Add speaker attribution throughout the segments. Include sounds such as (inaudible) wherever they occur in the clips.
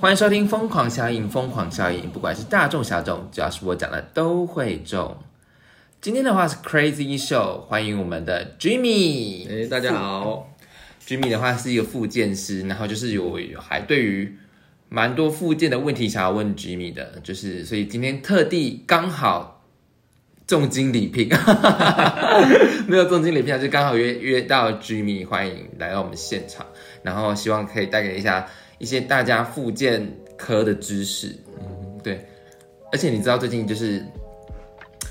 Speaker 1: 欢迎收听《疯狂效应》，疯狂效应，不管是大众小众，只要是我讲的都会中。今天的话是 Crazy Show，欢迎我们的 Jimmy。
Speaker 2: 哎，大家好，
Speaker 1: Jimmy 的话是一个复健师，然后就是有还对于蛮多复健的问题想要问 Jimmy 的，就是所以今天特地刚好重金礼聘， (laughs) 没有重金礼聘啊，就刚好约约到 Jimmy，欢迎来到我们现场，然后希望可以带给一下一些大家复健科的知识，嗯，对，而且你知道最近就是。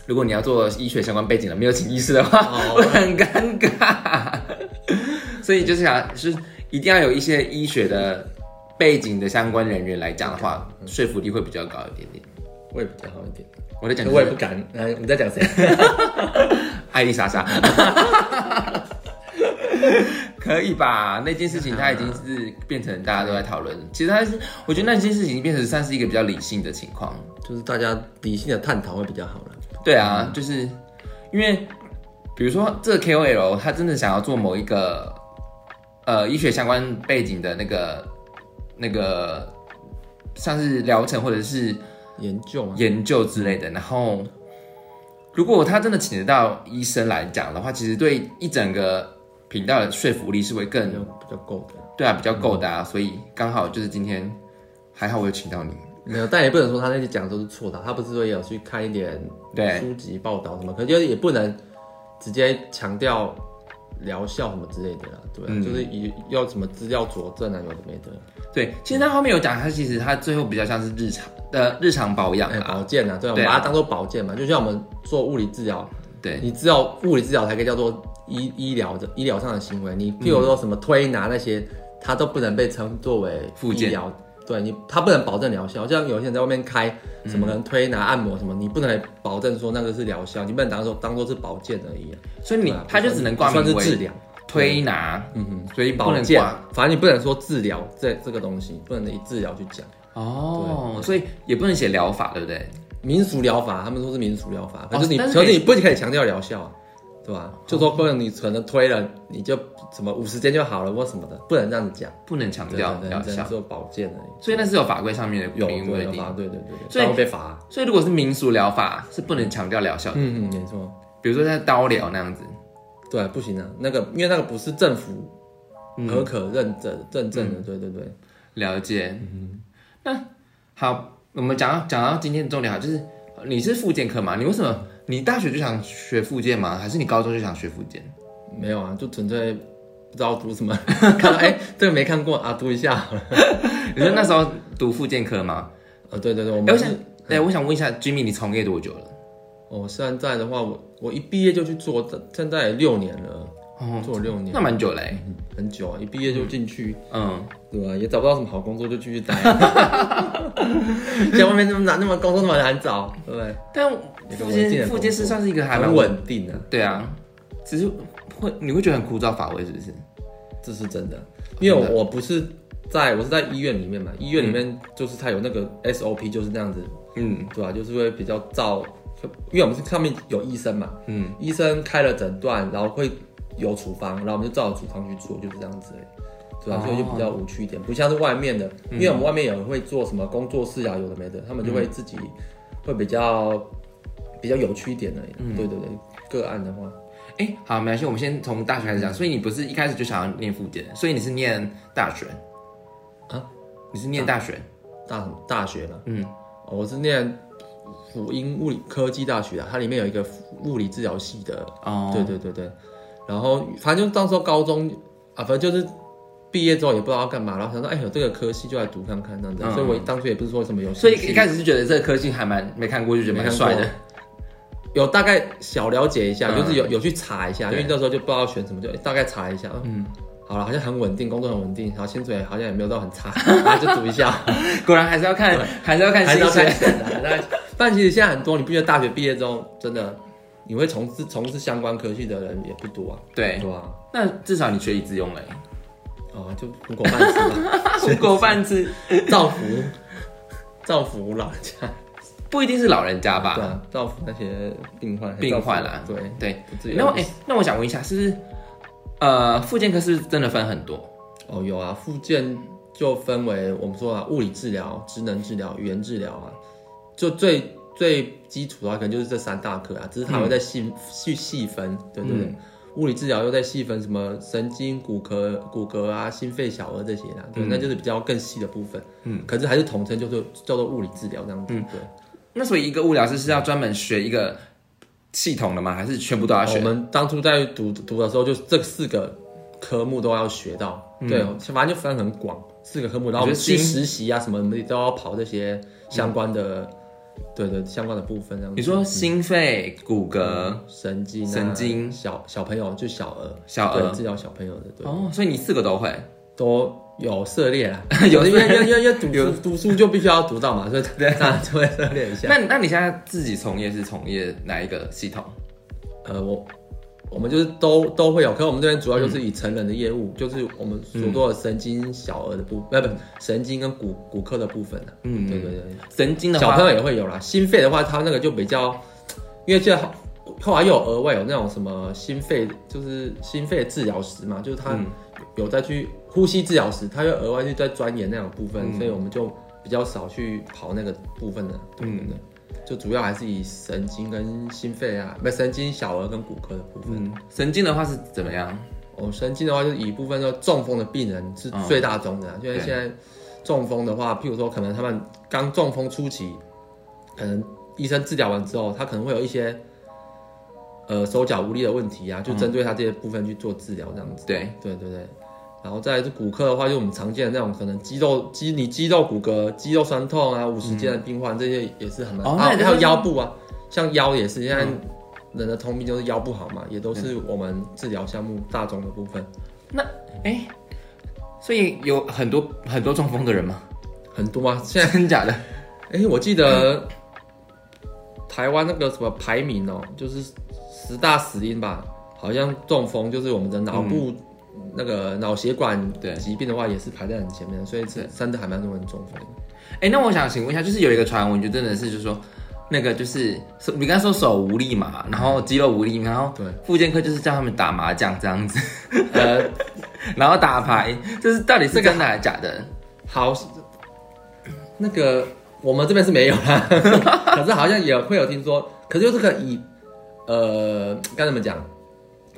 Speaker 1: 如果你要做医学相关背景的，没有请医师的话，
Speaker 2: 哦
Speaker 1: (laughs) 会很尴尬。 (laughs) 所以就是想，就是一定要有一些医学的背景的相关人员来讲的话，说服力会比较高一点点。
Speaker 2: 我也比较好一点，
Speaker 1: 我在讲
Speaker 2: 可我也不敢。哎，你在讲谁？
Speaker 1: 艾丽莎莎， (laughs) 可以吧？那件事情它已经是变成大家都在讨论。其实它是，我觉得那件事情变成算是一个比较理性的情况。
Speaker 2: (laughs) 就是大家理性的探讨会比较好了。
Speaker 1: 对啊，就是因为比如说这个 KOL 他真的想要做某一个呃医学相关背景的那个那个像是疗程或者是
Speaker 2: 研究嘛，
Speaker 1: 研究之类的。然后，如果他真的请得到医生来讲的话，其实对一整个频道的说服力是会
Speaker 2: 比
Speaker 1: 更
Speaker 2: 较比较够的。
Speaker 1: 对啊比较够的啊。所以刚好就是今天还好我有请到你，
Speaker 2: 没有，但也不能说他那些讲的都是错的啊。他不是说也有去看一点
Speaker 1: 对
Speaker 2: 书籍报道什么，可能就是也不能直接强调疗效什么之类的啦，对啊，
Speaker 1: 嗯
Speaker 2: 就是以要什么资料佐证啊，有的没的，
Speaker 1: 对。其实他后面有讲，他其实他最后比较像是日常的日常保养
Speaker 2: 哎，
Speaker 1: 啊，
Speaker 2: 保健啊，对啊，我
Speaker 1: 对
Speaker 2: 们
Speaker 1: 啊
Speaker 2: 把它当做保健嘛，就像我们做物理治疗，
Speaker 1: 对
Speaker 2: 你只有物理治疗才可以叫做医医疗的医疗上的行为，你譬如说什么推拿那些，它都不能被称作为
Speaker 1: 附
Speaker 2: 医
Speaker 1: 件
Speaker 2: 疗。对你，它不能保证疗效，就像有些人在外面开
Speaker 1: 嗯
Speaker 2: 什么人推拿、按摩什么，你不能来保证说那个是疗效，你不能当做当做是保健而已、啊。
Speaker 1: 所以你
Speaker 2: 对啊
Speaker 1: 他就只能挂名
Speaker 2: 算是
Speaker 1: 为
Speaker 2: 治疗、
Speaker 1: 推拿，嗯哼，所以不
Speaker 2: 保
Speaker 1: 能
Speaker 2: 健
Speaker 1: 挂，
Speaker 2: 反正你不能说治疗这这个东西，不能以治疗去讲。
Speaker 1: 哦，所以也不能写疗法，对不对？
Speaker 2: 民俗疗法，他们说是民俗疗法，
Speaker 1: 哦
Speaker 2: 可是你，
Speaker 1: 但
Speaker 2: 可
Speaker 1: 是可哦以
Speaker 2: 是你不可以强调疗效啊，对吧？就说可能你可能推了，你就什么五十天就好了或什么的，不能这样子讲。
Speaker 1: 不能强
Speaker 2: 对
Speaker 1: 调
Speaker 2: 对
Speaker 1: 疗
Speaker 2: 对只能
Speaker 1: 效，
Speaker 2: 做保健而已。
Speaker 1: 所以那是有法规上面的
Speaker 2: 有
Speaker 1: 明
Speaker 2: 对
Speaker 1: 文
Speaker 2: 有
Speaker 1: 规定
Speaker 2: 法，。对对对，
Speaker 1: 所以
Speaker 2: 所以会被罚啊。
Speaker 1: 所以如果是民俗疗法是不能强调疗效的，
Speaker 2: 嗯嗯，没错，
Speaker 1: 比如说像刀疗那样子，
Speaker 2: 对，不行啊，那个因为那个不是政府可可认证认证
Speaker 1: 嗯
Speaker 2: 的，对对对。
Speaker 1: 了解。那好，我们讲到讲到今天的重点哈，就是你是复健科嘛？你为什么你大学就想学复健吗？还是你高中就想学复健？
Speaker 2: 没有啊，就纯粹不知道读什么， (laughs) 看到哎、这个没看过啊，读一下。
Speaker 1: 你说那时候读复健科吗？
Speaker 2: 呃，对对对，我
Speaker 1: 哎我
Speaker 2: 们
Speaker 1: 想
Speaker 2: 是，
Speaker 1: 对，我想问一下 Jimmy，你从业多久了？
Speaker 2: 我哦现在的话，我我一毕业就去做，现在也六年了，
Speaker 1: 哦，
Speaker 2: 做了六年
Speaker 1: 那蛮久嘞、欸。
Speaker 2: 很久啊，一毕业就进去，
Speaker 1: 嗯，
Speaker 2: 对吧、也找不到什么好工作，就继续 (laughs) 待。在外面那么难，那么工作那么难找，对不对？
Speaker 1: 但
Speaker 2: 也跟
Speaker 1: 复
Speaker 2: 我进
Speaker 1: 健
Speaker 2: 了
Speaker 1: 复健是
Speaker 2: 工作
Speaker 1: 算是一个还蛮
Speaker 2: 很稳定啊，
Speaker 1: 对啊，只是会你会觉得很枯燥乏味，是不是？
Speaker 2: 这是真的，因为我不是在我是在医院里面嘛，医院里面就是它有那个 SOP，就是那样子，
Speaker 1: 嗯
Speaker 2: 对吧、啊就是会比较照，因为我们是上面有医生嘛，
Speaker 1: 嗯，
Speaker 2: 医生开了诊断，然后会有处方，然后我们就照着处方去做，就是这样子而已，对吧、
Speaker 1: 哦
Speaker 2: 啊
Speaker 1: 嗯
Speaker 2: 所以就比较无趣一点，不像是外面的，因为我们外面有人会做什么工作室啊，有的没的，他们就会自己会比较比较有趣一点而已。
Speaker 1: 嗯
Speaker 2: 对对对，个案的话，
Speaker 1: 哎、好，没关系，我们先从大学开始讲。所以你不是一开始就想要念复健，所以你是念大学
Speaker 2: 啊？
Speaker 1: 你是念大学？
Speaker 2: 大大学嘛，哦
Speaker 1: 嗯，
Speaker 2: 我是念辅英物理科技大学啊，它里面有一个物理治疗系的
Speaker 1: 哦，
Speaker 2: 啊对对对对，然后反正就到时候高中啊，反正就是毕业之后也不知道要干嘛，然后想说，哎，有这个科系就来读看看这样子，
Speaker 1: 嗯
Speaker 2: 所以我当初也不是说什么有兴
Speaker 1: 所以
Speaker 2: 趣，
Speaker 1: 一开始是觉得这个科技还蛮没看过，就觉得蛮帅
Speaker 2: 没
Speaker 1: 的
Speaker 2: 看。有大概小了解一下，
Speaker 1: 嗯
Speaker 2: 就是有有去查一下，因
Speaker 1: 对
Speaker 2: 为那时候就不知道选什么，就哎大概查一下，
Speaker 1: 嗯
Speaker 2: 嗯，好了，好像很稳定，工作很稳定，然后薪水好像也没有到很差，然后就读一
Speaker 1: (laughs)
Speaker 2: 下，
Speaker 1: 果然还是要看，还是要看
Speaker 2: 还是要
Speaker 1: 薪
Speaker 2: 看
Speaker 1: 水。
Speaker 2: 钱的，还是要看但其实现在很多，你不觉得大学毕业之后真
Speaker 1: 嗯
Speaker 2: 的？你会从事从事相关科系的人也不多啊，
Speaker 1: (laughs) 对，
Speaker 2: 对啊，
Speaker 1: 那至少你学以致用了， (laughs)
Speaker 2: 哦，就苦口饭吃吧。
Speaker 1: 够饭吃，
Speaker 2: (laughs) 造福造福老人家，
Speaker 1: 不一定是老人家
Speaker 2: 对
Speaker 1: 吧？
Speaker 2: 啊，造福那些病患
Speaker 1: 病患啦
Speaker 2: 对，
Speaker 1: 对。
Speaker 2: 不至于。
Speaker 1: 那我哎、那我想问一下，是不是呃，复健科是不是真的分很多？
Speaker 2: 哦，有啊，复健就分为我们说啊，物理治疗、职能治疗、语言治疗啊，就最最基础的话，可能就是这三大科啊，只是它会再细、去细分，对对对。物理治疗又在细分什么神经、骨骼、骨骼啊、心肺、小儿这些啦、对，那就是比较更细的部分。嗯，可是还是统称叫做叫做物理治疗这样子。对，
Speaker 1: 那所以一个物理老师是要专门学一个系统的吗？还是全部都要
Speaker 2: 我
Speaker 1: 学？
Speaker 2: 们当初在读读的时候，就这四个科目都要学到，对，反正就分很广，四个科目，然后
Speaker 1: 嗯
Speaker 2: 我
Speaker 1: 我觉得
Speaker 2: 们去
Speaker 1: 是因
Speaker 2: 实习啊什么，我们也都要跑这些相关的，对对，相关的部分这样子。
Speaker 1: 你说心肺、骨骼、
Speaker 2: 神经、啊、
Speaker 1: 神经
Speaker 2: 小小朋友就小儿，
Speaker 1: 小儿
Speaker 2: 对治疗小朋友的，对，
Speaker 1: 哦，所以你四个都会。，
Speaker 2: 都有涉猎啦
Speaker 1: (laughs) 有
Speaker 2: 因
Speaker 1: 涉
Speaker 2: 为
Speaker 1: 猎
Speaker 2: 因为因为读书读书就必须要读到嘛，所以
Speaker 1: (laughs)
Speaker 2: 对，当然就会涉猎一下。
Speaker 1: 那那你现在自己从业是从业哪一个系统？
Speaker 2: 呃，我我们就是都都会有，可是我们这边主要就是以成人的业务，就是我们所做的神经小儿的部分，呃、不，神经跟骨骨科的部分呢、
Speaker 1: 嗯
Speaker 2: 对对对，
Speaker 1: 神经的
Speaker 2: 小
Speaker 1: 话，
Speaker 2: 朋友也会有啦。心肺的话，它那个就比较，因为这后来又有额外有那种什么心肺，就是心肺治疗师嘛，就是他
Speaker 1: 嗯
Speaker 2: 有再去呼吸治疗师，他又额外去再钻研那种部
Speaker 1: 嗯
Speaker 2: 分，所以我们就比较少去跑那个部分的。对对对。
Speaker 1: 嗯
Speaker 2: 就主要还是以神经跟心肺啊，不，神经小儿跟骨科的部分。
Speaker 1: 嗯，神经的话是怎么样？
Speaker 2: 哦，神经的话，就是一部分说中风的病人是
Speaker 1: 嗯
Speaker 2: 最大宗的、啊，因为
Speaker 1: 对
Speaker 2: 现在中风的话，譬如说可能他们刚中风初期，可能医生治疗完之后，他可能会有一些呃手脚无力的问题啊，就
Speaker 1: 嗯
Speaker 2: 针对他这些部分去做治疗这样子。
Speaker 1: 对，
Speaker 2: 对对对。然后再来是骨科的话，就我们常见的那种可能肌肉肌你肌肉骨骼肌肉酸痛啊，五十肩的病患、这些也是很难。
Speaker 1: 哦那
Speaker 2: 还有
Speaker 1: 也就是嗯
Speaker 2: 还有腰部啊，像腰也是，现在人的通病就是腰不好嘛，也都是我们治疗项目大宗的部分。
Speaker 1: 哎，所以有很多很多中风的人
Speaker 2: (laughs)
Speaker 1: 吗？
Speaker 2: 很多啊，现在
Speaker 1: 真假的？
Speaker 2: 哎，我记得台湾那个什么排名哦，就是十大死因吧，好像中风就是我们的脑部、那个脑血管
Speaker 1: 嗯对
Speaker 2: 疾病的话，也是排在很前面的，所以是真的还蛮多人中风的。
Speaker 1: 哎，那我想请问一下，就是有一个传闻，就真的是就是说。那个就是手你刚才说手无力嘛，然后肌肉无力，然后
Speaker 2: 对
Speaker 1: 复健科就是叫他们打麻将这样子， (laughs)
Speaker 2: 呃，
Speaker 1: 然后打牌，这是到底是
Speaker 2: 这个
Speaker 1: 真的还是假的？
Speaker 2: 好，那个我们这边是没有啦，可是好像也会有听说，可是就是可以，呃，该怎么讲，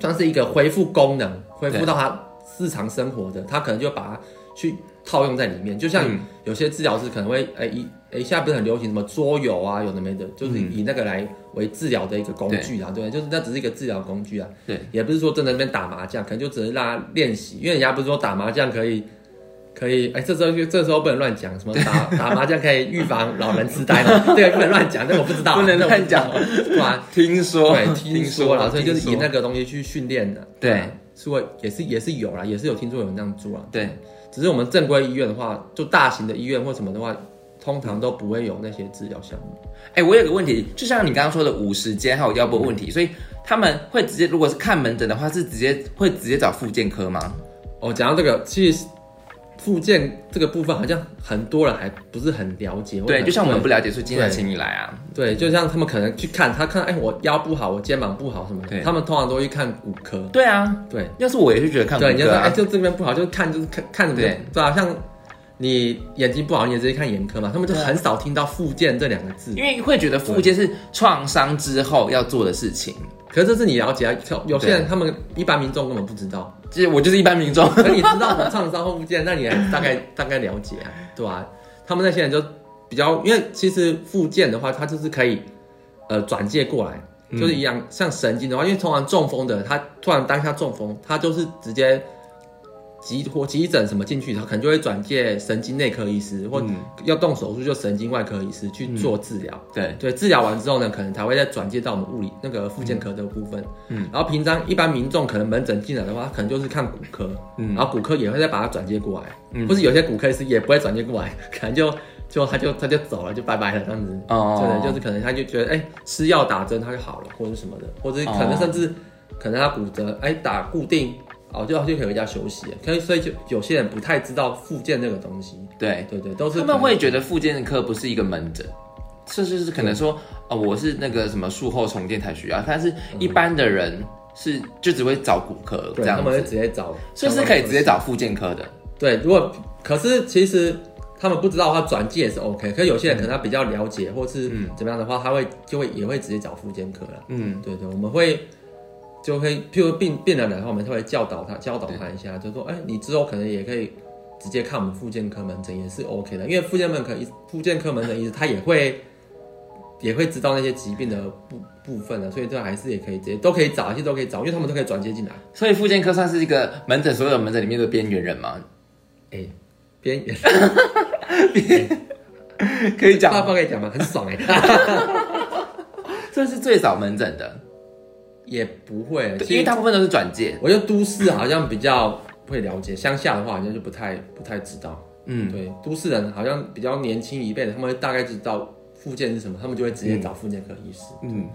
Speaker 2: 算是一个恢复功能，恢复
Speaker 1: 对
Speaker 2: 到他日常生活的，他可能就把它去套用在里面，就像
Speaker 1: 嗯
Speaker 2: 有些治疗师可能会，哎、一哎，现在不是很流行什么桌游啊，有的没的，就是以那个来为治疗的一个工具啊，对不对，就是那只是一个治疗工具啊，
Speaker 1: 对，
Speaker 2: 也不是说真的那边打麻将，可能就只是让他练习，因为人家不是说打麻将可以可以，哎，这时候就这时候不能乱讲，什么
Speaker 1: (laughs)
Speaker 2: 打打麻将可以预防老人痴呆嘛？这个不能乱讲，这我不知道啊，
Speaker 1: 不能
Speaker 2: 这我
Speaker 1: 乱讲
Speaker 2: 不知道，
Speaker 1: (laughs)
Speaker 2: 对吧？
Speaker 1: 听说
Speaker 2: (laughs) 对，啊听说了，所以就是以
Speaker 1: 听
Speaker 2: 那
Speaker 1: 说
Speaker 2: 个东西去训练的，
Speaker 1: 对
Speaker 2: 啊，是会也是也是有啦，也是有听说有人这样做啊，
Speaker 1: 对，
Speaker 2: 只是我们正规医院的话，就大型的医院或什么的话，通常都不会有那些治疗项目。
Speaker 1: 哎、我有个问题，就像你刚刚说的五十肩还有腰部问
Speaker 2: 嗯
Speaker 1: 题，所以他们会直接，如果是看门诊的话，是直接会直接找复健科吗？
Speaker 2: 哦，讲到这个，其实附件这个部分好像很多人还不是很了解，或者
Speaker 1: 对，
Speaker 2: 很
Speaker 1: 就像我们不了解，所以今天
Speaker 2: 对
Speaker 1: 请你来啊。
Speaker 2: 对，就像他们可能去看，他看，哎，我腰不好，我肩膀不好什么
Speaker 1: 对
Speaker 2: 的，他们通常都会看骨科，
Speaker 1: 对啊，
Speaker 2: 对。
Speaker 1: 要是我也是觉得看
Speaker 2: 对，
Speaker 1: 门
Speaker 2: 你就说
Speaker 1: 诊、
Speaker 2: 哎、
Speaker 1: 啊，
Speaker 2: 就这边不好，就看就是看看什么，
Speaker 1: 对
Speaker 2: 对吧、像你眼睛不好，你也直接看眼科嘛，他们就很少听到复健这两个字。
Speaker 1: 啊因为会觉得复健是创伤之后要做的事情。
Speaker 2: 可是这是你了解啊，有些人他们一般民众根本不知道，
Speaker 1: 其实我就是一般民众，
Speaker 2: 可你知道什么创伤后复健，那你还大概大概了解啊，对吧、他们那些人就比较，因为其实复健的话，它就是可以呃转介过来，就是一样、像神经的话，因为通常中风的，他突然当下中风，他就是直接急或急诊什么进去，他可能就会转介神经内科医师，或要动手术就神经外科医师去做治疗。
Speaker 1: 对，
Speaker 2: 对，治疗完之后呢，可能才会再转介到我们物理那个附件科的部分。嗯，然后平常一般民众可能门诊进来的话，可能就是看骨科，嗯，然后骨科也会再把它转接过来，嗯，或是有些骨科是也不会转接过来，可能就就他就他就走了，就拜拜了这样子。
Speaker 1: (laughs) 哦
Speaker 2: 对，就是可能他就觉得哎、吃药打针他就好了，或者什么的，或者可
Speaker 1: 哦
Speaker 2: 能甚至、可能他骨折，哎、打固定。哦，就就可以回家休息了。可以，所以就有些人不太知道附件这个东西。
Speaker 1: 对。
Speaker 2: 对对，都是
Speaker 1: 他
Speaker 2: 可
Speaker 1: 们
Speaker 2: 能
Speaker 1: 会觉得复健科不是一个门诊，甚至是可能说，哦，我是那个什么术后重建才需要，但是一般的人是就只会找骨科这
Speaker 2: 对，他
Speaker 1: 样
Speaker 2: 们会
Speaker 1: 子，
Speaker 2: 直接找，
Speaker 1: 所以是可以直接找复健科的。
Speaker 2: 对，如果可是其实他们不知道的话，转介也是 OK。可是有些人可能他比较了解，或是
Speaker 1: 嗯
Speaker 2: 怎么样的话，他会就会也会直接找妇健科了。
Speaker 1: 嗯，
Speaker 2: 对对，我们会就会，譬如病病人来的话，我们会教导他教导他一下，就说，哎，你之后可能也可以直接看我们妇健科门诊也是 OK 的，因为妇健门科医妇健科门诊医师他也会也会知道那些疾病的部部分的，所以这还是也可以直接都可以找，其实都可以找，因为他们都可以转接进来。
Speaker 1: 所以复健科算是一个门诊所有门诊里面的边缘人吗？
Speaker 2: 哎，边缘
Speaker 1: 可以讲
Speaker 2: 大 (laughs)
Speaker 1: 吗，
Speaker 2: 方可以讲吗？很爽哎、
Speaker 1: 算是最少门诊的，
Speaker 2: 也不会，
Speaker 1: 对
Speaker 2: 其
Speaker 1: 因为
Speaker 2: 实
Speaker 1: 大部分都是转介。
Speaker 2: 我觉得都市好像比较会了解，乡下的话好像就不太不太知道。
Speaker 1: 嗯，
Speaker 2: 对，都市人好像比较年轻一辈的，他们大概知道附件是什么，他们就会直接找附件科医师。
Speaker 1: 嗯，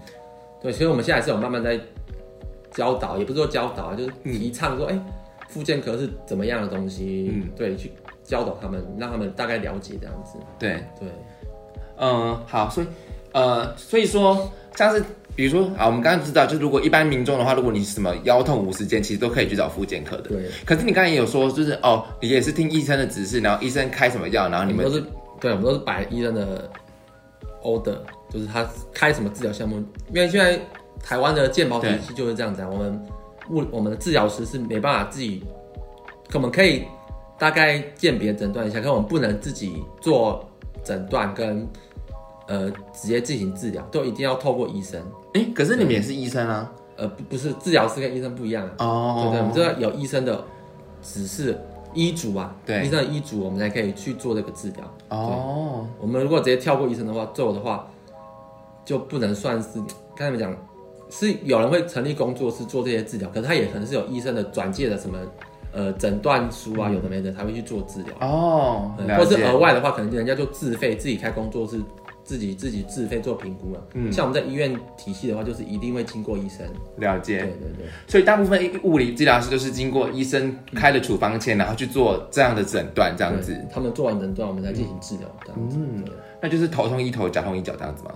Speaker 2: 对，所以我们现在是有慢慢在教导，也不是说教导啊，就是提倡说，哎、附件科是怎么样的东西，
Speaker 1: 嗯
Speaker 2: 对，去教导他们，让他们大概了解这样子。
Speaker 1: 对。
Speaker 2: 对，
Speaker 1: 嗯，好，所以呃，所以说像是比如说啊，我们刚刚知道，就如果一般民众的话，如果你是什么腰痛无时间，其实都可以去找妇健科的。
Speaker 2: 对，
Speaker 1: 可是你刚才也有说，就是哦，你也是听医生的指示，然后医生开什么药，然后你
Speaker 2: 我们
Speaker 1: 们
Speaker 2: 都是，对，我们都是摆医生的 order，就是他开什么治疗项目，因为现在台湾的健保体系就是这样子啊，我们物我们的治疗师是没办法自己，可我们可以大概鉴别诊断一下，可我们不能自己做诊断跟呃直接进行治疗，都一定要透过医生，
Speaker 1: 哎，可是你们也是医生啊，
Speaker 2: 呃不不是治疗师跟医生不一样啊，对
Speaker 1: 哦，
Speaker 2: 不对？我们就要有医生的指示。医嘱啊，
Speaker 1: 对
Speaker 2: 医生的医嘱，我们才可以去做这个治疗。
Speaker 1: 哦，
Speaker 2: 我们如果直接跳过医生的话，做的话，就不能算是该怎么讲，是有人会成立工作室做这些治疗，可是他也可能是有医生的转介的什么呃诊断书啊，有的没的才会去做治疗，
Speaker 1: 哦，
Speaker 2: 嗯
Speaker 1: 嗯了
Speaker 2: 或是
Speaker 1: 解
Speaker 2: 额，外的话，可能人家就自费自己开工作室，自己自己自费做评估了。
Speaker 1: 嗯
Speaker 2: 像我们在医院体系的话，就是一定会经过医生。
Speaker 1: 了
Speaker 2: 对
Speaker 1: 解。
Speaker 2: 对对，
Speaker 1: 所以大部分物理治疗师都是经过医生开了处方签，然后去做这样的诊断，这样子，
Speaker 2: 对他们做完诊断，我们再进行治疗，这样子。
Speaker 1: 嗯
Speaker 2: 对
Speaker 1: 那就是头痛医头，脚痛医脚这样子吗？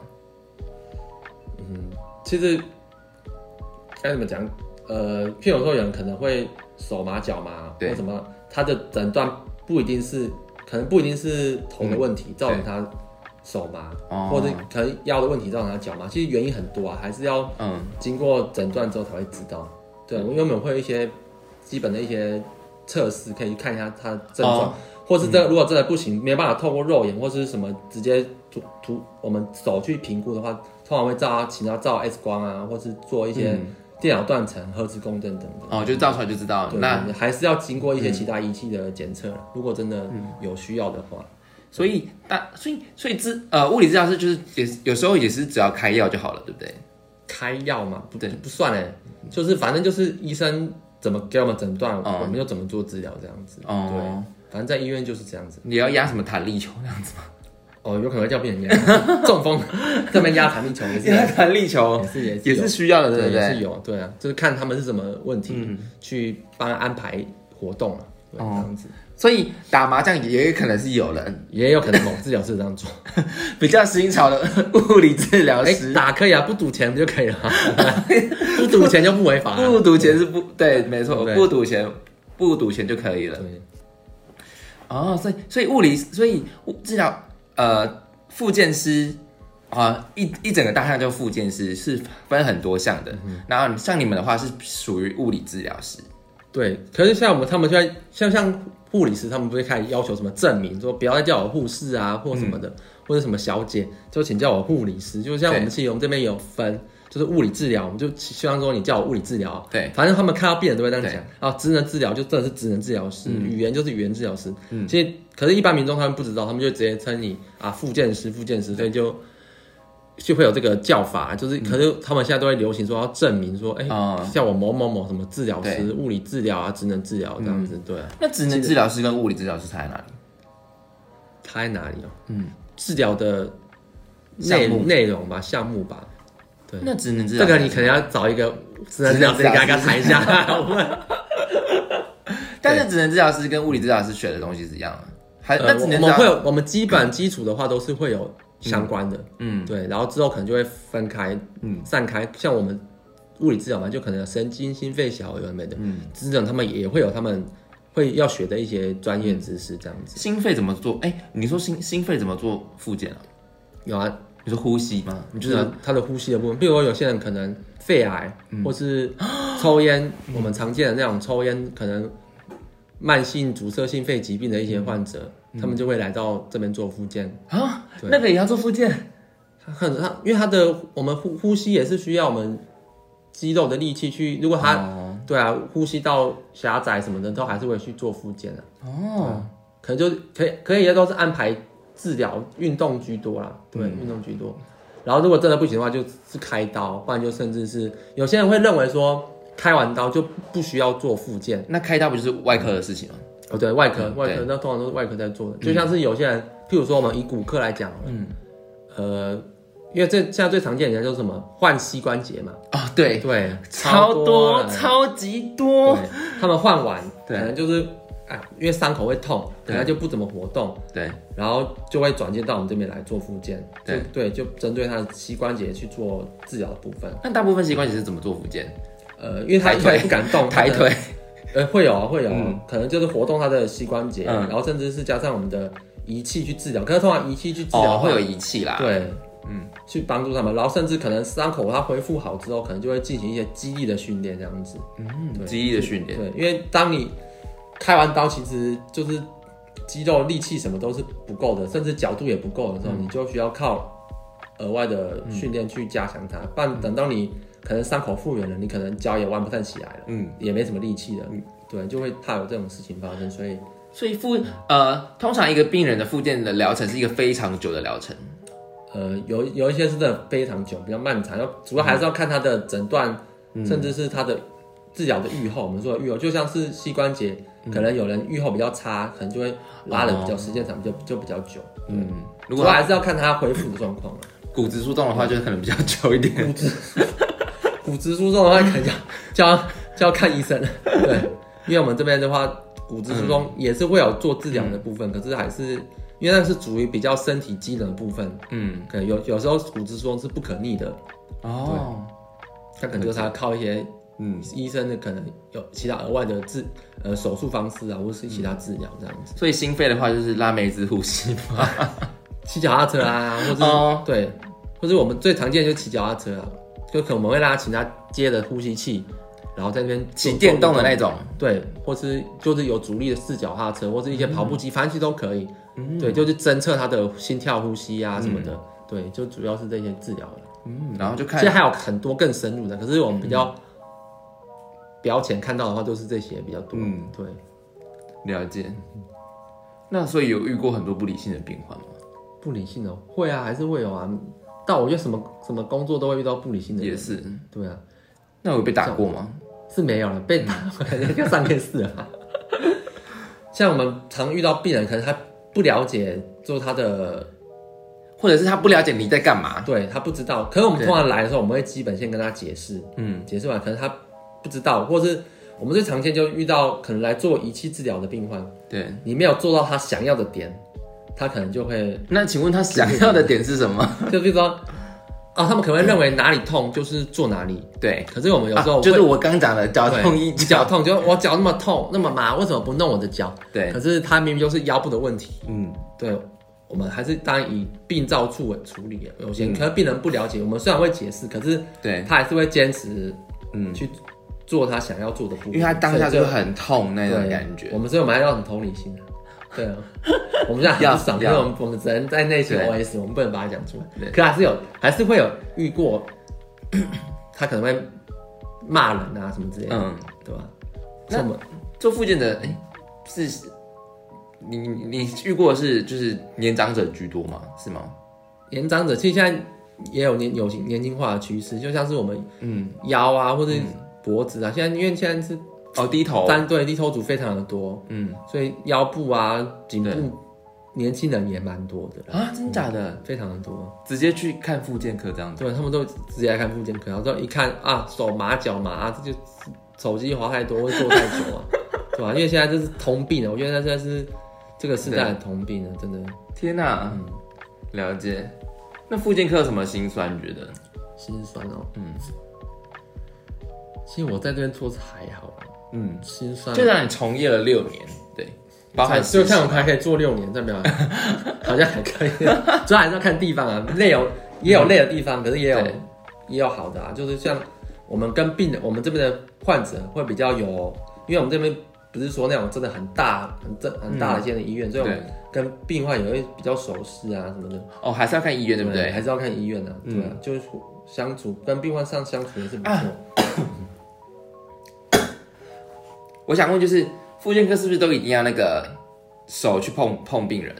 Speaker 2: 其实该怎么讲？呃，譬如说有人可能会手麻脚麻
Speaker 1: 对
Speaker 2: 或什么，他的诊断不一定是，可能不一定是头的问题、造成他手麻，
Speaker 1: 哦
Speaker 2: 或者可能腰的问题造成他脚麻，其实原因很多啊，还是要
Speaker 1: 嗯，
Speaker 2: 经过诊断之后才会知道。对，因为我们会有一些基本的一些测试，可以看一下他的症状，
Speaker 1: 哦
Speaker 2: 或是这如果真的不行，没办法透过肉眼或是什么直接图图我们手去评估的话，通常会照请他照 X 光啊，或是做一些
Speaker 1: 嗯
Speaker 2: 电脑断层、核磁共振等等。
Speaker 1: 哦，就照出来就知道。
Speaker 2: 对，
Speaker 1: 那嗯
Speaker 2: 还是要经过一些其他仪器的检测，如果真的有需要的话，
Speaker 1: 所以大所以所以治呃物理治疗师就是也是有时候也是只要开药就好了，对不对？
Speaker 2: 开药嘛，不
Speaker 1: 对
Speaker 2: 不算哎、就是反正就是医生怎么给我们诊断，
Speaker 1: 哦
Speaker 2: 我们就怎么做治疗这样子。对。
Speaker 1: 哦，
Speaker 2: 反正在医院就是这样子。
Speaker 1: 你要压什么弹力球那样子吗？
Speaker 2: 哦，有可能会叫病人 (laughs) 压中风，这边压弹力球也
Speaker 1: (laughs)
Speaker 2: 是
Speaker 1: 压弹力球
Speaker 2: 也是也是
Speaker 1: 哦也
Speaker 2: 有
Speaker 1: 是需要的，对不
Speaker 2: 也
Speaker 1: 对？
Speaker 2: 是有对啊，就是看他们是什么问题，去帮他安排活动了、对，
Speaker 1: 哦
Speaker 2: 这样子
Speaker 1: 所以打麻将也有可能是有人
Speaker 2: 也有可能某治疗师这样做。
Speaker 1: (laughs) 比较新潮的 (laughs) 物理治疗
Speaker 2: 哎、
Speaker 1: 师，
Speaker 2: 打可以啊，不赌钱不就可以了 (laughs) 吗？不赌钱就不违法、啊
Speaker 1: 不赌钱是不哎啊对，没错，
Speaker 2: 对
Speaker 1: 不赌钱不赌钱就可以了。
Speaker 2: 对，
Speaker 1: 哦，所以所以物理，所以物治疗呃，复健师啊、一一整个大项叫复健师，是分很多项的。然后像你们的话是属于物理治疗师，
Speaker 2: 对，可是像我们他们现在像像护理师，他们不会开始要求什么证明，说不要再叫我护士啊或什么的，或者什么小姐，就请叫我护理师。就像我们
Speaker 1: 嗯对
Speaker 2: 其实我们这边有分，就是物理治疗，我们就希望说你叫我物理治疗。
Speaker 1: 对，
Speaker 2: 反正他们看到病人都会这样讲啊，职能治疗就真的是职能治疗师，语言就是语言治疗师。
Speaker 1: 嗯
Speaker 2: 其实可是，一般民众他们不知道，他们就直接称你啊，复健师、复健师，所以就就会有这个叫法，就是、可是他们现在都会流行说要证明说，哎、
Speaker 1: 嗯啊
Speaker 2: 像我某某某什么治疗师、物理治疗啊、职能治疗这样子，
Speaker 1: 嗯
Speaker 2: 对啊，
Speaker 1: 那职能治疗师跟物理治疗师差在哪里？
Speaker 2: 他在哪里哦？
Speaker 1: 嗯，
Speaker 2: 治疗的内
Speaker 1: 项目啊
Speaker 2: 内容吧，项目吧，对
Speaker 1: 那职能治
Speaker 2: 这
Speaker 1: 疗
Speaker 2: 个你可能要找一个职能
Speaker 1: 职能
Speaker 2: 治疗
Speaker 1: 治
Speaker 2: 师
Speaker 1: 疗
Speaker 2: 给
Speaker 1: 师
Speaker 2: 他谈一下， (laughs)
Speaker 1: 但是职能治疗师跟物理治疗师学的东西是一样的，还、
Speaker 2: 呃
Speaker 1: 那
Speaker 2: 我
Speaker 1: 职
Speaker 2: 我
Speaker 1: 能治
Speaker 2: 们会
Speaker 1: 疗
Speaker 2: 有我们基本基础的话都是会有相关的，
Speaker 1: 嗯
Speaker 2: 对，然后之后可能就会分开、
Speaker 1: 嗯
Speaker 2: 散开，像我们物理治疗嘛，就可能有神经、心肺、小儿有的没的，
Speaker 1: 嗯
Speaker 2: 职能他们也会有他们会要学的一些专业知识这样子。
Speaker 1: 心肺怎么做？哎、你说心心肺怎么做复健啊？
Speaker 2: 有啊，
Speaker 1: 你说呼吸吗？你
Speaker 2: 就
Speaker 1: 就是是
Speaker 2: 他的呼吸的部分，比如说有些人可能肺癌，或是抽烟，我们常见的那种抽烟可能慢性阻塞性肺疾病的一些患者，他们就会来到这边做复健。
Speaker 1: 啊，
Speaker 2: 对
Speaker 1: 那个也要做复健
Speaker 2: 他可能他因为他的我们呼呼吸也是需要我们肌肉的力气去，如果他、
Speaker 1: 哦
Speaker 2: 对啊呼吸道狭窄什么的，都还是会去做复健的、啊
Speaker 1: 哦，
Speaker 2: 可能就可以可以也都是安排治疗运动居多啦，对，
Speaker 1: 嗯
Speaker 2: 运动居多。然后如果真的不行的话，就是开刀，不然就甚至是有些人会认为说开完刀就不需要做复健
Speaker 1: 那开刀不就是外科的事情吗？
Speaker 2: 哦，对外科、
Speaker 1: 嗯
Speaker 2: 外科
Speaker 1: 对
Speaker 2: 那通常都是外科在做的，就像是有些人，譬如说我们以骨科来讲，
Speaker 1: 嗯
Speaker 2: 呃，因为这现在最常见的就是什么换膝关节嘛，
Speaker 1: 啊，对，
Speaker 2: 对，
Speaker 1: 超
Speaker 2: 多
Speaker 1: 多，啊
Speaker 2: 了
Speaker 1: 超级多，
Speaker 2: 对他们换完可
Speaker 1: 对
Speaker 2: 能就是啊，因为伤口会痛，可能
Speaker 1: 对
Speaker 2: 就不怎么活动。
Speaker 1: 对，
Speaker 2: 然后就会转接到我们这边来做复健，
Speaker 1: 对
Speaker 2: 就对，就针对他的膝关节去做治疗的部分。
Speaker 1: 那大部分膝关节是怎么做复健？
Speaker 2: 呃，因为他
Speaker 1: 抬
Speaker 2: 一
Speaker 1: 腿
Speaker 2: 腿不敢动，
Speaker 1: 嗯 (laughs) 哦抬
Speaker 2: 他的，
Speaker 1: 腿，
Speaker 2: 呃，会有啊，会有啊、
Speaker 1: 嗯
Speaker 2: 可能就是活动他的膝关节、
Speaker 1: 嗯
Speaker 2: 然后甚至是加上我们的仪器去治疗。可是通常仪器去治疗、
Speaker 1: 哦，会有仪器啦，
Speaker 2: 对，
Speaker 1: 嗯
Speaker 2: 嗯，去帮助他们，然后甚至可能伤口它恢复好之后，可能就会进行一些肌力的训练这样子。
Speaker 1: 嗯，
Speaker 2: 对
Speaker 1: 肌力的训练，
Speaker 2: 对，因为当你开完刀，其实就是肌肉力气什么都是不够的，甚至角度也不够的时候，
Speaker 1: 嗯
Speaker 2: 你就需要靠额外的训练去加强
Speaker 1: 嗯
Speaker 2: 它。不然等到你可能伤口复原了，你可能脚也弯不太起来了，
Speaker 1: 嗯，
Speaker 2: 也没什么力气了，对，就会怕有这种事情发生。所以，
Speaker 1: 所以复呃，通常一个病人的复健的疗程是一个非常久的疗程，
Speaker 2: 呃，有有一些是真的非常久，比较漫长，要主要还是要看它的诊断，
Speaker 1: 嗯
Speaker 2: 甚至是它的治疗的愈后。我们说的愈后，就像是膝关节，
Speaker 1: 嗯
Speaker 2: 可能有人愈后比较差，可能就会拉的比较、时间长，比较就比较久。
Speaker 1: 嗯，哦如
Speaker 2: 主
Speaker 1: 果
Speaker 2: 要
Speaker 1: 他
Speaker 2: 还是要看它恢复的状况啊了。
Speaker 1: 骨质疏松的话，就可能比较久一点。
Speaker 2: 骨质疏松的话，可能就要就要就要看医生了。对，因为我们这边的话，骨质疏
Speaker 1: 嗯
Speaker 2: 松也是会有做治疗的部分，可是还是因为那是属于比较身体机能的部分，
Speaker 1: 嗯，
Speaker 2: 可能有有时候骨质疏松是不可逆的。
Speaker 1: 哦，
Speaker 2: 它可能就是要靠一些
Speaker 1: 嗯，
Speaker 2: 医生的可能有其他额外的治呃手术方式啊，或是其他治疗这样子，
Speaker 1: 所以心肺的话就是拉梅子呼吸嘛，
Speaker 2: 骑脚踏车啊，或者、
Speaker 1: 哦
Speaker 2: 对，或者我们最常见的就是骑脚踏车啊，就可能我们会让他请他接着呼吸器，然后在那边做
Speaker 1: 骑电动的那
Speaker 2: 做
Speaker 1: 种，
Speaker 2: 运动对，或是就是有阻力的四脚踏车，或是一些跑步机，反正其实都可以，
Speaker 1: 嗯
Speaker 2: 对，就是侦测他的心跳、呼吸啊什么的，对，就主要是这些治疗了。
Speaker 1: 嗯，然后就
Speaker 2: 其实
Speaker 1: 看
Speaker 2: 还有很多更深入的，可是我们
Speaker 1: 嗯
Speaker 2: 比较表浅看到的话，都是这些比较多。
Speaker 1: 嗯
Speaker 2: 对，
Speaker 1: 了解。那所以有遇过很多不理性的病患吗？
Speaker 2: 不理性哦，会啊，还是会有啊。但我觉得什么什么工作都会遇到不理性的
Speaker 1: 也
Speaker 2: 人，
Speaker 1: 是。
Speaker 2: 对啊，
Speaker 1: 那有被打过吗？
Speaker 2: 是没有了，被打就上电视
Speaker 1: (laughs)
Speaker 2: 了。啊像我们常遇到病人，可能他不了解，做他的
Speaker 1: 或者是他不了解你在干嘛？
Speaker 2: 对他不知道。可是我们
Speaker 1: 对
Speaker 2: 通常来的时候，我们会基本先跟他解释，
Speaker 1: 嗯，
Speaker 2: 解释完，可能他不知道，或是我们最常见就遇到可能来做仪器治疗的病患，
Speaker 1: 对。
Speaker 2: 你没有做到他想要的点，他可能就会，
Speaker 1: 那请问他想要的点是什
Speaker 2: (laughs)
Speaker 1: 么？
Speaker 2: 就比如说，啊，他们可能会认为哪里痛就是做哪里，
Speaker 1: 对，
Speaker 2: 可是我们有时候
Speaker 1: 啊就是我刚讲的脚痛医
Speaker 2: 一脚痛，就我脚那么痛那么麻，为什么不弄我的脚？
Speaker 1: 对
Speaker 2: 可是他明明就是腰部的问题，
Speaker 1: 嗯，
Speaker 2: 对。我们还是当然以病灶处为处理，啊有些可能病人不了解，我们虽然会解释，可是
Speaker 1: 嗯对，
Speaker 2: 他还是会坚持
Speaker 1: 嗯，
Speaker 2: 去做他想要做的部分，
Speaker 1: 因为他当下
Speaker 2: 所以
Speaker 1: 就
Speaker 2: 这
Speaker 1: 很痛那种
Speaker 2: 对
Speaker 1: 感觉
Speaker 2: 我。们所以我们还要很同理心
Speaker 1: (laughs)
Speaker 2: 啊，对啊，我们这样
Speaker 1: 要
Speaker 2: 很不爽，因
Speaker 1: 要
Speaker 2: 为我们我们只能在内心
Speaker 1: 对
Speaker 2: OS，我们不能把它讲出
Speaker 1: 对
Speaker 2: 来。可还是有，还是会有遇过， (coughs) 他可能会骂人啊什么之类的，
Speaker 1: 嗯，
Speaker 2: 对吧？
Speaker 1: 那
Speaker 2: 那么
Speaker 1: 做复健的，哎、是你你你遇过的是就是年长者居多吗？是吗？
Speaker 2: 年长者其实现在也有年有年轻化的趋势，就像是我们
Speaker 1: 嗯，
Speaker 2: 腰啊或者脖子啊，现在因为现在是
Speaker 1: 哦，低头，
Speaker 2: 单对低头族非常的多，
Speaker 1: 嗯
Speaker 2: 所以腰部啊颈
Speaker 1: 对
Speaker 2: 部年轻人也蛮多的，
Speaker 1: 啊，真假的，
Speaker 2: 非常的多。
Speaker 1: 直接去看复健科这样子。
Speaker 2: 对他们都直接来看附件科，然后之后一看啊，手麻脚麻，啊这就手机滑太多，会坐太久啊，对吧、因为现在这是通病了，我觉得现在是这个时代的通病了，真的
Speaker 1: 天哪、
Speaker 2: 嗯
Speaker 1: 了解。那复健科有什么心酸？你觉得？
Speaker 2: 心酸哦。
Speaker 1: 嗯，
Speaker 2: 其实我在这边做是还好啦，
Speaker 1: 嗯，
Speaker 2: 心酸啊
Speaker 1: 就让你从业了六年，对，包含
Speaker 2: 就像我
Speaker 1: 实
Speaker 2: 们还可以做六年，代表好像还可以， (laughs) 主要还是要看地方啊，累有也有累的地方，可是也有
Speaker 1: 对
Speaker 2: 也有好的啊，就是像我们跟病人，我们这边的患者会比较有，因为我们这边不是说那种真的很大很真很大的一些医院，所
Speaker 1: 习
Speaker 2: 以
Speaker 1: 嗯
Speaker 2: 我
Speaker 1: 对
Speaker 2: 们跟病患也会比较熟识啊什么的，
Speaker 1: 哦，还是要看医院，对不嗯对？
Speaker 2: 还是要看医院的、啊，对啊，就是相处跟病患上相处也是不
Speaker 1: 啊
Speaker 2: 错，
Speaker 1: 我想问，就是复健科是不是都一定要那个手去碰碰病人？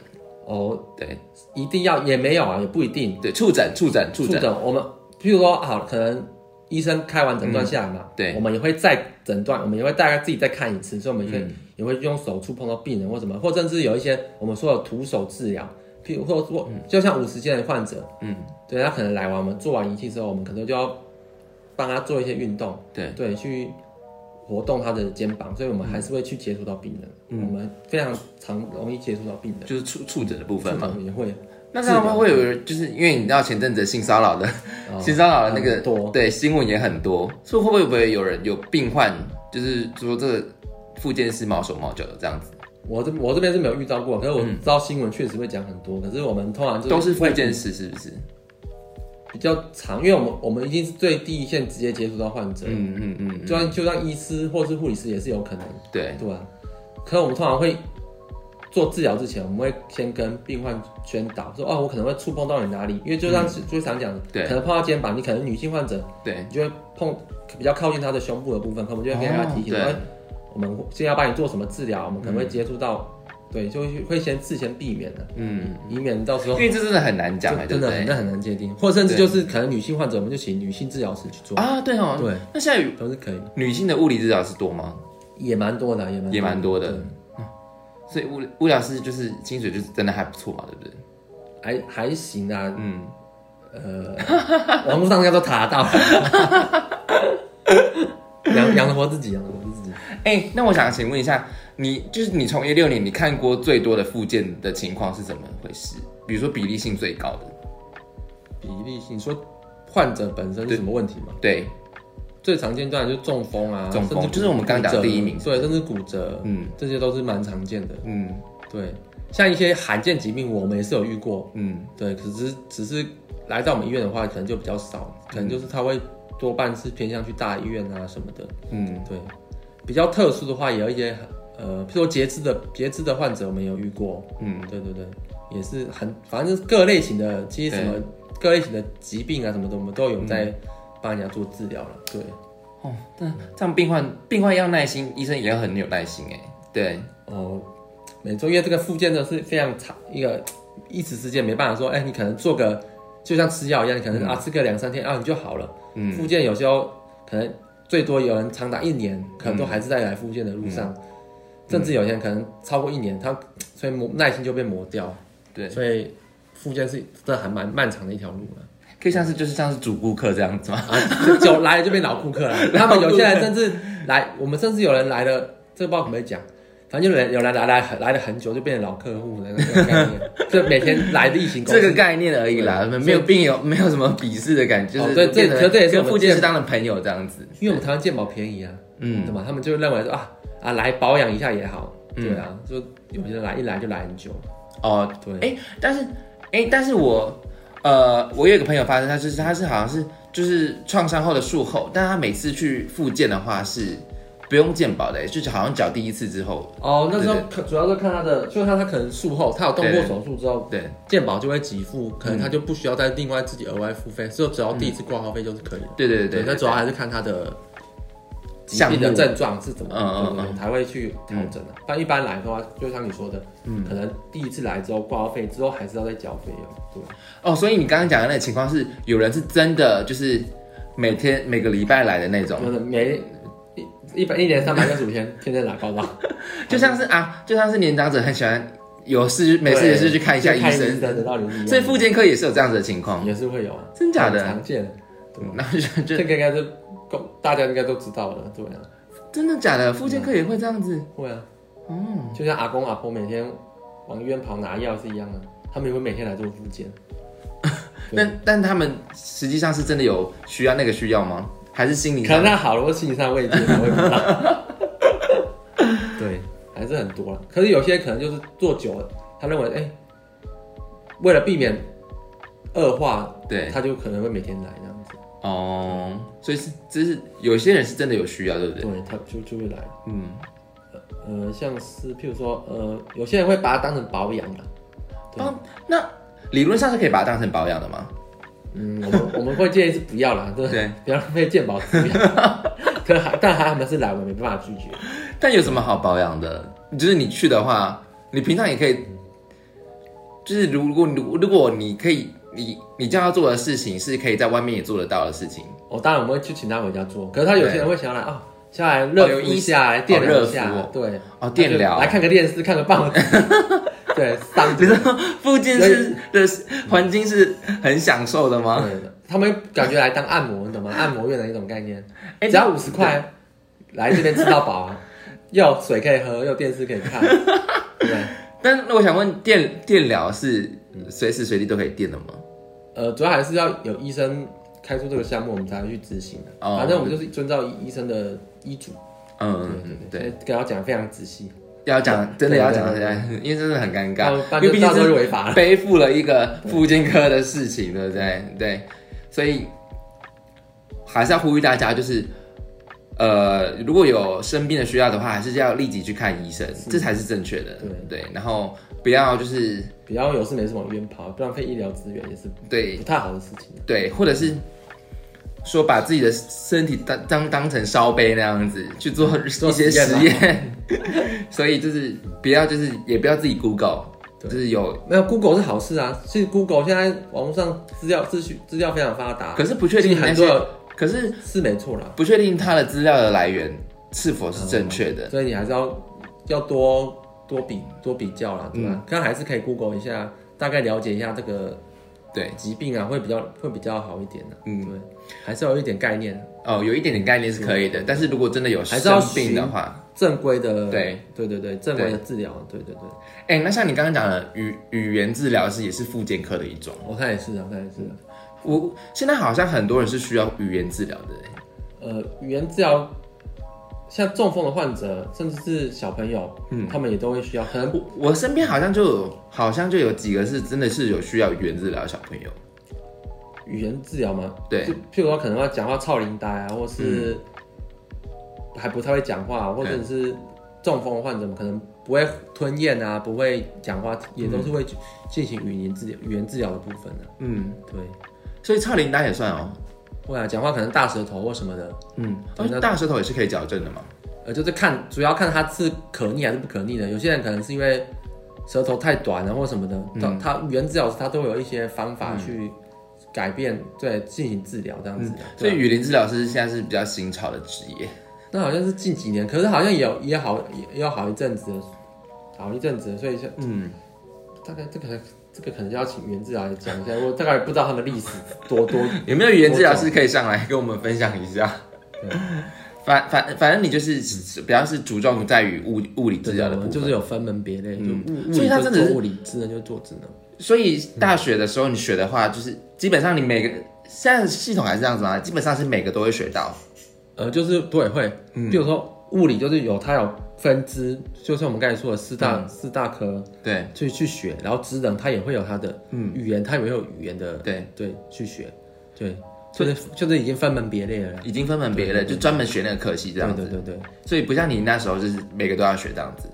Speaker 2: 哦，
Speaker 1: 对
Speaker 2: 一定要也没有啊，也不一定。
Speaker 1: 对，触诊、触诊、触
Speaker 2: 触
Speaker 1: 诊，
Speaker 2: 诊，我们譬如说好，可能医生开完诊断下来嘛，
Speaker 1: 嗯对
Speaker 2: 我们也会再诊断，我们也会大概自己再看一次，所以我们也会、
Speaker 1: 嗯
Speaker 2: 也会用手触碰到病人或什么，或甚至有一些我们说的徒手治疗，譬如或或、就像五十肩的患者，
Speaker 1: 嗯，
Speaker 2: 对他可能来完我们做完仪器之后，我们可能就要帮他做一些运动，
Speaker 1: 对，
Speaker 2: 对，去活动他的肩膀，所以我们还是会去接触到病人，
Speaker 1: 嗯
Speaker 2: 我们非常常容易接触到病人，
Speaker 1: 就是触触诊的部分
Speaker 2: 触
Speaker 1: 嘛。
Speaker 2: 诊也会
Speaker 1: 那这样会不会有人，就是因为你知道前阵子性骚扰的、
Speaker 2: 哦
Speaker 1: 性骚扰的那个
Speaker 2: 很多
Speaker 1: 对新闻也很多，所以会不会会不会有人有病患，就是说这个复健师毛手毛脚的这样子，
Speaker 2: 我这我这边是没有遇到过，可是我知道新闻确实会讲很多，可是我们通常就
Speaker 1: 嗯都是复
Speaker 2: 会
Speaker 1: 健师是不是？
Speaker 2: 比较长，因为我们我们一定是最第一线直接接触到患者，
Speaker 1: 嗯嗯嗯，
Speaker 2: 就算就算医师或是护理师也是有可能，
Speaker 1: 对，
Speaker 2: 对啊。可是我们通常会做治疗之前，我们会先跟病患宣导说，哦，我可能会触碰到你哪里，因为就像、就常讲的，
Speaker 1: 嗯对
Speaker 2: 可能碰到肩膀，你可能女性患者，
Speaker 1: 对，
Speaker 2: 你就会碰比较靠近她的胸部的部分，可能我们就会跟她提醒
Speaker 1: 哦
Speaker 2: 说，
Speaker 1: 对
Speaker 2: 哎我们现在要帮你做什么治疗，我们可能会接触到，对，就会会先事先避免的。
Speaker 1: 嗯，
Speaker 2: 以免到时
Speaker 1: 因
Speaker 2: 候
Speaker 1: 为这真的很难讲哎，对
Speaker 2: 真
Speaker 1: 不
Speaker 2: 的很
Speaker 1: 对？
Speaker 2: 那很难界定，或者甚至
Speaker 1: 对
Speaker 2: 就是可能女性患者，我们就请女性治疗师去做，
Speaker 1: 啊，对哦，
Speaker 2: 对，
Speaker 1: 那现在
Speaker 2: 都是可以，
Speaker 1: 女性的物理治疗师多吗？
Speaker 2: 也蛮多的，啊也蛮
Speaker 1: 也蛮多的
Speaker 2: 对
Speaker 1: 嗯所以物物疗师就是薪水就是真的还不错嘛，对不对？
Speaker 2: 还还行啊，
Speaker 1: 嗯，
Speaker 2: 呃，网络上应该都查得到， (laughs) 养养得活自己，养得活自己。
Speaker 1: 哎、那我想请问一下，你就是你从业六年，你看过最多的附件的情况是怎么回事？比如说比例性最高的，
Speaker 2: 比例性说患者本身是什么问题嘛？
Speaker 1: 对，
Speaker 2: 最常见当然就是中风啊，
Speaker 1: 中风
Speaker 2: 甚至
Speaker 1: 就是我们刚刚讲的
Speaker 2: 骨折
Speaker 1: 第一名
Speaker 2: 对，甚至骨折，
Speaker 1: 嗯
Speaker 2: 这些都是蛮常见的。
Speaker 1: 嗯
Speaker 2: 对，像一些罕见疾病，我们也是有遇过，
Speaker 1: 嗯，
Speaker 2: 对，可是只是来到我们医院的话，可能就比较少，可能就是他会多半是偏向去大医院啊什么的。
Speaker 1: 嗯，
Speaker 2: 对，比较特殊的话，也有一些呃，譬如说截肢的截肢的患者，我们有遇过。
Speaker 1: 嗯，
Speaker 2: 对对对，也是很，反正各类型的，其实什么各类型的疾病啊什么的，我们都有在帮人家做治疗了。对，
Speaker 1: 哦，那这样病患病患要耐心，医生也要很有耐心哎，对，
Speaker 2: 哦、没错，因为这个附件呢是非常长一个，一时之间没办法说，哎、你可能做个就像吃药一样，你可能、啊吃个两三天啊你就好了。
Speaker 1: 嗯
Speaker 2: 复健有时候可能最多有人长达一年，可能
Speaker 1: 嗯
Speaker 2: 都还是在来复健的路上，甚至有些人可能超过一年，他所以磨耐心就被磨掉。
Speaker 1: 对，
Speaker 2: 所以复健是真的还蛮漫长的一条路啊了
Speaker 1: 可以像是就是像是主顾客这样子吗？
Speaker 2: 啊，就就来了就变老顾客 (laughs) 了。他们有些人甚至来，我们甚至有人来了，这个不知道可不可以讲。反正有人有人来来很来了很久，就变成老客户的那种概念，就每天来的例行公
Speaker 1: (laughs) 这
Speaker 2: 事。
Speaker 1: 个概念而已啦，没有并有没有什么鄙视的感觉，就
Speaker 2: 哦
Speaker 1: 是
Speaker 2: 对这
Speaker 1: 变成
Speaker 2: 可这也是我
Speaker 1: 跟
Speaker 2: 们
Speaker 1: 附件
Speaker 2: 健
Speaker 1: 是当了朋友这样子，
Speaker 2: 因为我们台湾健保便宜啊，
Speaker 1: 嗯
Speaker 2: 嗯，对吧？他们就认为说啊啊来保养一下也好，对啊，就有些人来一来就来很久，
Speaker 1: 哦，
Speaker 2: 对，
Speaker 1: 哎、但是，哎、但是我，呃，我有一个朋友发生，他就是他是好像是就是创伤后的术后，但他每次去复健的话是不用健保的、就是好像缴第一次之后，
Speaker 2: 哦，那时候
Speaker 1: 对
Speaker 2: 可主要是看他的，就看他可能术后他有动
Speaker 1: 对
Speaker 2: 过
Speaker 1: 对
Speaker 2: 手术之后，
Speaker 1: 对，
Speaker 2: 健保就会给付，可能他就不需要再另外自己额外付费，所以只要第一次挂号费就是可以了。
Speaker 1: 对对对
Speaker 2: 那
Speaker 1: 对
Speaker 2: 主要还是看他的疾
Speaker 1: 项
Speaker 2: 病的
Speaker 1: 目
Speaker 2: 症状是怎么，
Speaker 1: 嗯嗯
Speaker 2: 对对对才会去调整的。但一般来的话，就像你说的，
Speaker 1: 嗯
Speaker 2: 可能第一次来之后挂号费之后还是要再缴费用，对，
Speaker 1: 哦，所以你刚刚讲的那个情况是，有人是真的就是每天每个礼拜来的那种，
Speaker 2: 就是每一一百一年三百六十五天，天天来报道。
Speaker 1: (laughs) 就像是啊，就像是年长者很喜欢有事没事也是去看一下医生，
Speaker 2: 的道理是一样的
Speaker 1: 所以复健科也是有这样子的情况，
Speaker 2: 也是会有啊，
Speaker 1: 真假的
Speaker 2: 很常见，对吧？
Speaker 1: 然后就
Speaker 2: 这
Speaker 1: 就
Speaker 2: 个应该是够大家应该都知道了，对啊，
Speaker 1: 真的假的，复健科也会这样子，
Speaker 2: 会啊，嗯，就像阿公阿婆每天往医院跑拿药是一样的，他们也会每天来做复
Speaker 1: (laughs)
Speaker 2: 健，对
Speaker 1: 但但他们实际上是真的有需要那个需要吗？还是心理
Speaker 2: 可能
Speaker 1: 上？
Speaker 2: 他好了，我心理上慰藉，我也不知道。是很多了。可是有些可能就是做久了，他认为哎、为了避免恶化，
Speaker 1: 对，
Speaker 2: 他就可能会每天来这样子，
Speaker 1: 哦，所以是，这是有些人是真的有需要，对不对？
Speaker 2: 对，他就就会来。
Speaker 1: 嗯，
Speaker 2: 呃，像是譬如说，呃，有些人会把它当成保养的，对
Speaker 1: 帮哦那理论上是可以把它当成保养的吗？
Speaker 2: 嗯，我们我们会建议是不要啦，对，
Speaker 1: 对
Speaker 2: 不要浪费健保资源。 (laughs) 可还但还他们是来，我们没办法拒绝。
Speaker 1: 但有什么好保养的？就是你去的话，你平常也可以，就是如果如如果你可以，你你这样要做的事情是可以在外面也做得到的事情。
Speaker 2: 我、哦当然我们会去请他回家做，可是他有些人会想要来啊、下来热
Speaker 1: 哦有
Speaker 2: 敷
Speaker 1: 意
Speaker 2: 一
Speaker 1: 思
Speaker 2: 下，来电
Speaker 1: 哦
Speaker 2: 疗
Speaker 1: 热
Speaker 2: 一下，
Speaker 1: 敷哦
Speaker 2: 对，
Speaker 1: 哦，电疗
Speaker 2: 来，看个电视，看个
Speaker 1: (laughs)
Speaker 2: 报纸，对，当
Speaker 1: 你知道附近是的环境是很享受的吗？
Speaker 2: 对的，他们感觉来当按摩，你懂吗？按摩院的一种概念，
Speaker 1: 哎
Speaker 2: 嗯只要五十块，来这边吃到饱啊， (laughs) 又有水可以喝，又有电视可
Speaker 1: (laughs)
Speaker 2: 以看，对不对？
Speaker 1: 但那我想问，电电疗是随时随地都可以电的吗？
Speaker 2: 呃，主要还是要有医生开出这个项目，我们才会去执行的。
Speaker 1: 哦
Speaker 2: 反正我们就是遵照医医生的医嘱，
Speaker 1: 嗯，对，
Speaker 2: 所以跟他讲得非常仔细，
Speaker 1: 要讲真的
Speaker 2: 对
Speaker 1: 要
Speaker 2: 对
Speaker 1: 讲，
Speaker 2: 对
Speaker 1: 因为真的很尴
Speaker 2: 不然不
Speaker 1: 尬，因
Speaker 2: 然就
Speaker 1: 为毕
Speaker 2: 到
Speaker 1: 竟
Speaker 2: 时候
Speaker 1: 是
Speaker 2: 就违法了。
Speaker 1: 背负了一个妇健科的事情，对不对？对，所以还是要呼吁大家，就是呃，如果有生病的需要的话，还是要立即去看医生，这才是正确的。对，然后不要就是
Speaker 2: 不要有事没事往医院跑，不浪费医疗资源也是
Speaker 1: 对
Speaker 2: 不太好的事情。
Speaker 1: 对，或者是说把自己的身体当当当成烧杯那样子去做一
Speaker 2: 做
Speaker 1: 些
Speaker 2: 实
Speaker 1: 实
Speaker 2: 验
Speaker 1: 验， (laughs) 所以就是不要就是也不要自己 Google，
Speaker 2: 对
Speaker 1: 就是有，
Speaker 2: 没有 Google 是好事啊，是 Google 现在网络上资料资讯资料非常发达，
Speaker 1: 可是不确定那
Speaker 2: 啊很
Speaker 1: 些，
Speaker 2: 多
Speaker 1: 可是
Speaker 2: 是没错啦，
Speaker 1: 不确定它的资料的来源是否是正确的。
Speaker 2: 所以你还是要要多多比多比较啦，对
Speaker 1: 嗯
Speaker 2: 吧？但还是可以 Google 一下，大概了解一下这个
Speaker 1: 对，
Speaker 2: 疾病啊，会比较会比较好一点的、
Speaker 1: 嗯
Speaker 2: 嗯，对，还是要有一点概念，
Speaker 1: 哦，有一点点概念是可以的，但是如果真的有
Speaker 2: 嗯还是要
Speaker 1: 生病的话，
Speaker 2: 正规的，
Speaker 1: 对，
Speaker 2: 对对对，正规的治疗，对对对，
Speaker 1: 哎、那像你刚刚讲的语语言治疗是也是复健科的一种。
Speaker 2: 我看也是啊，我看也是啊。
Speaker 1: 我现在好像很多人是需要语言治疗的、哎
Speaker 2: 呃，语言治疗，像中风的患者，甚至是小朋友，嗯，他们也都会需要，可能不，
Speaker 1: 我身边好像就有，好像就有几个是真的是有需要语言治疗的小朋友。
Speaker 2: 语言治疗嘛，
Speaker 1: 对
Speaker 2: 就譬如说可能要讲话超龄呆啊，或是还不太会讲话，啊或者是中风的患者可能不会吞咽啊，不会讲话，也都是会去进行语言治疗、语言治疗的部分的、啊
Speaker 1: 嗯，
Speaker 2: 对。
Speaker 1: 所以超龄单也算哦。
Speaker 2: 会啊，讲话可能大舌头或什么的，
Speaker 1: 嗯，
Speaker 2: 对
Speaker 1: 哦，大舌头也是可以矫正的嘛。
Speaker 2: 呃，就是看主要看它是可逆还是不可逆的。有些人可能是因为舌头太短啊了或什么的，他
Speaker 1: 嗯
Speaker 2: 他语言治疗师他都有一些方法去改变，对，进行治疗这样子。
Speaker 1: 所
Speaker 2: 对
Speaker 1: 以
Speaker 2: 啊，
Speaker 1: 语言治疗师现在是比较新潮的职业。
Speaker 2: 那好像是近几年，可是好像也有也好也也有好一阵子了，好一阵子了，所以像
Speaker 1: 嗯，
Speaker 2: 大概这个这个可能就要请语言治疗来讲一下，我大概也不知道他们历史
Speaker 1: (laughs)
Speaker 2: 多多
Speaker 1: 有没有语言治疗师可以上来跟我们分享一下？ (laughs) 反反反正你就是比较是着重在于物物理治
Speaker 2: 治
Speaker 1: 疗
Speaker 2: 疗
Speaker 1: 的
Speaker 2: 的
Speaker 1: 部分，嗯
Speaker 2: 部分，就是有分门别类，就物物
Speaker 1: 所以
Speaker 2: 理
Speaker 1: 它
Speaker 2: 就
Speaker 1: 真的
Speaker 2: 做
Speaker 1: 是
Speaker 2: 物理，智能就做智能。
Speaker 1: 所以大学的时候你学的话，就是基本上你每个现在的系统还是这样子吗？基本上是每个都会学到。
Speaker 2: 呃，就是组委会，
Speaker 1: 嗯
Speaker 2: 比如说物理就是有它有分支，就像我们刚才说的四大、
Speaker 1: 嗯
Speaker 2: 四大科
Speaker 1: 对
Speaker 2: 去去学，然后职能它也会有它的，嗯，语言它也会有语言的，
Speaker 1: 对，
Speaker 2: 对，去学，对，就是就是已经分门别类了啦。
Speaker 1: 已经分门别类，就专门学那个科系这
Speaker 2: 对
Speaker 1: 样子。
Speaker 2: 对对对，
Speaker 1: 所以不像你那时候就是每个都要学这样子。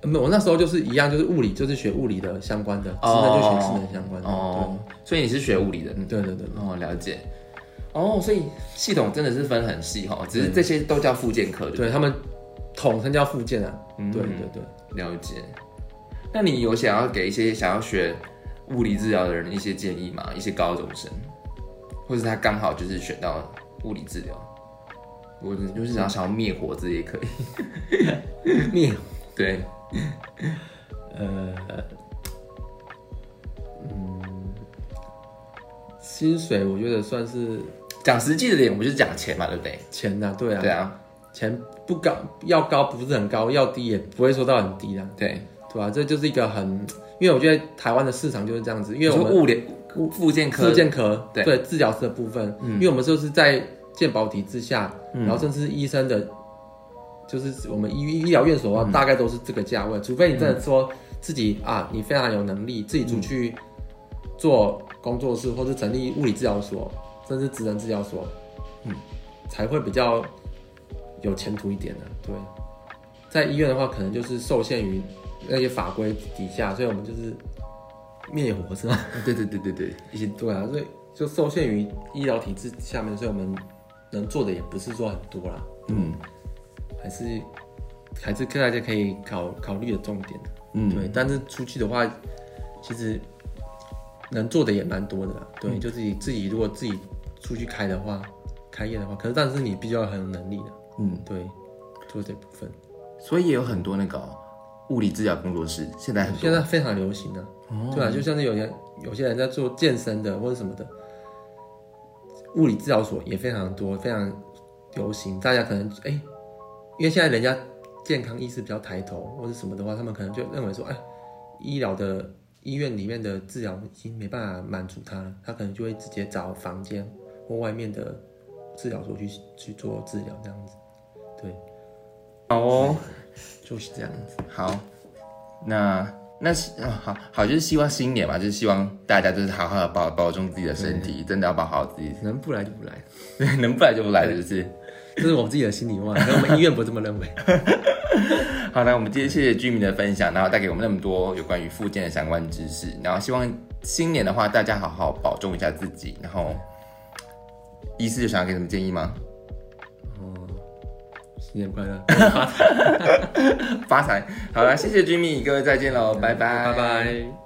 Speaker 2: 呃没有，我那时候就是一样，就是物理就是学物理的相关的，职能就学职能相关的，
Speaker 1: 哦，所以你是学物理的。
Speaker 2: 对，对对对，
Speaker 1: 哦，了解。哦，所以系统真的是分很细哈，只是这些都叫附件科的。
Speaker 2: 对他们统称叫附件啊，
Speaker 1: 嗯
Speaker 2: 对对对。 (laughs)
Speaker 1: 了解。那你有想要给一些想要学物理治疗的人一些建议吗？一些高中生，或是他刚好就是选到物理治疗，我就是想要想要灭火这也可以。 (laughs)
Speaker 2: 灭
Speaker 1: 火？对，
Speaker 2: 薪水我觉得算是
Speaker 1: 讲实际的点，我们就是讲钱嘛，对不对？
Speaker 2: 钱呐、对啊，
Speaker 1: 对啊，
Speaker 2: 钱不高，要高不是很高，要低也不会说到很低啦，
Speaker 1: 对。
Speaker 2: 对吧、这就是一个很，因为我觉得台湾的市场就是这样子，因为我
Speaker 1: 你说
Speaker 2: 们
Speaker 1: 物联附件科
Speaker 2: 附件科
Speaker 1: 对嗯
Speaker 2: 对治疗师的部分，因为我们就是在健保体制下，然后甚至医生的就是我们医医疗院所
Speaker 1: 嗯
Speaker 2: 的话，大概都是这个价位，除非你真的说自己啊，你非常有能力，自己
Speaker 1: 嗯
Speaker 2: 出去做工作室，或是成立物理治疗所，甚至职能治疗所，
Speaker 1: 嗯，
Speaker 2: 才会比较有前途一点的、对，在医院的话，可能就是受限于那些法规底下，所以我们就是灭火是吗？
Speaker 1: 对对对对对，
Speaker 2: 一些对啊，所以就受限于医疗体制下面，所以我们能做的也不是说很多啦，
Speaker 1: 嗯
Speaker 2: 还是还是大家可以考考虑的重点。啊
Speaker 1: 嗯，
Speaker 2: 对，但是出去的话，其实能做的也蛮多的啦。对，
Speaker 1: 嗯
Speaker 2: 就自己自己如果自己出去开的话，开业的话，可是但是你必须要很有能力的，
Speaker 1: 嗯，
Speaker 2: 对，做这部分
Speaker 1: 所以也有很多那个哦、物理治疗工作室，现在很多
Speaker 2: 现在非常流行啊。
Speaker 1: 哦，
Speaker 2: 对啊，就像是有些有些人在做健身的或者什么的，物理治疗所也非常多，非常流行。大家可能哎、因为现在人家健康意识比较抬头或者什么的话，他们可能就认为说，哎，医疗的医院里面的治疗已经没办法满足他了，他可能就会直接找房间或外面的治疗所去去做治疗这样子。对，
Speaker 1: 好哦，
Speaker 2: 就是这样子。
Speaker 1: 好，那那是啊好好，就是希望新年嘛，就是希望大家就是好好的保保重自己的身体，真的要保好自己， (laughs)
Speaker 2: 能不来就不来，
Speaker 1: 对，能不来就不来，是不是？
Speaker 2: 这是我们自己的心里话。可能我们医院不这么认为。
Speaker 1: 好那我们今天谢谢居民的分享，然后带给我们那么多有关于附件的相关知识，然后希望新年的话，大家好好保重一下自己，然后。医师有想要给什么建议吗？
Speaker 2: 新
Speaker 1: (laughs)
Speaker 2: 年快乐。
Speaker 1: 发财！好了，谢谢 Jimmy，各位再见喽，拜拜，
Speaker 2: 拜拜。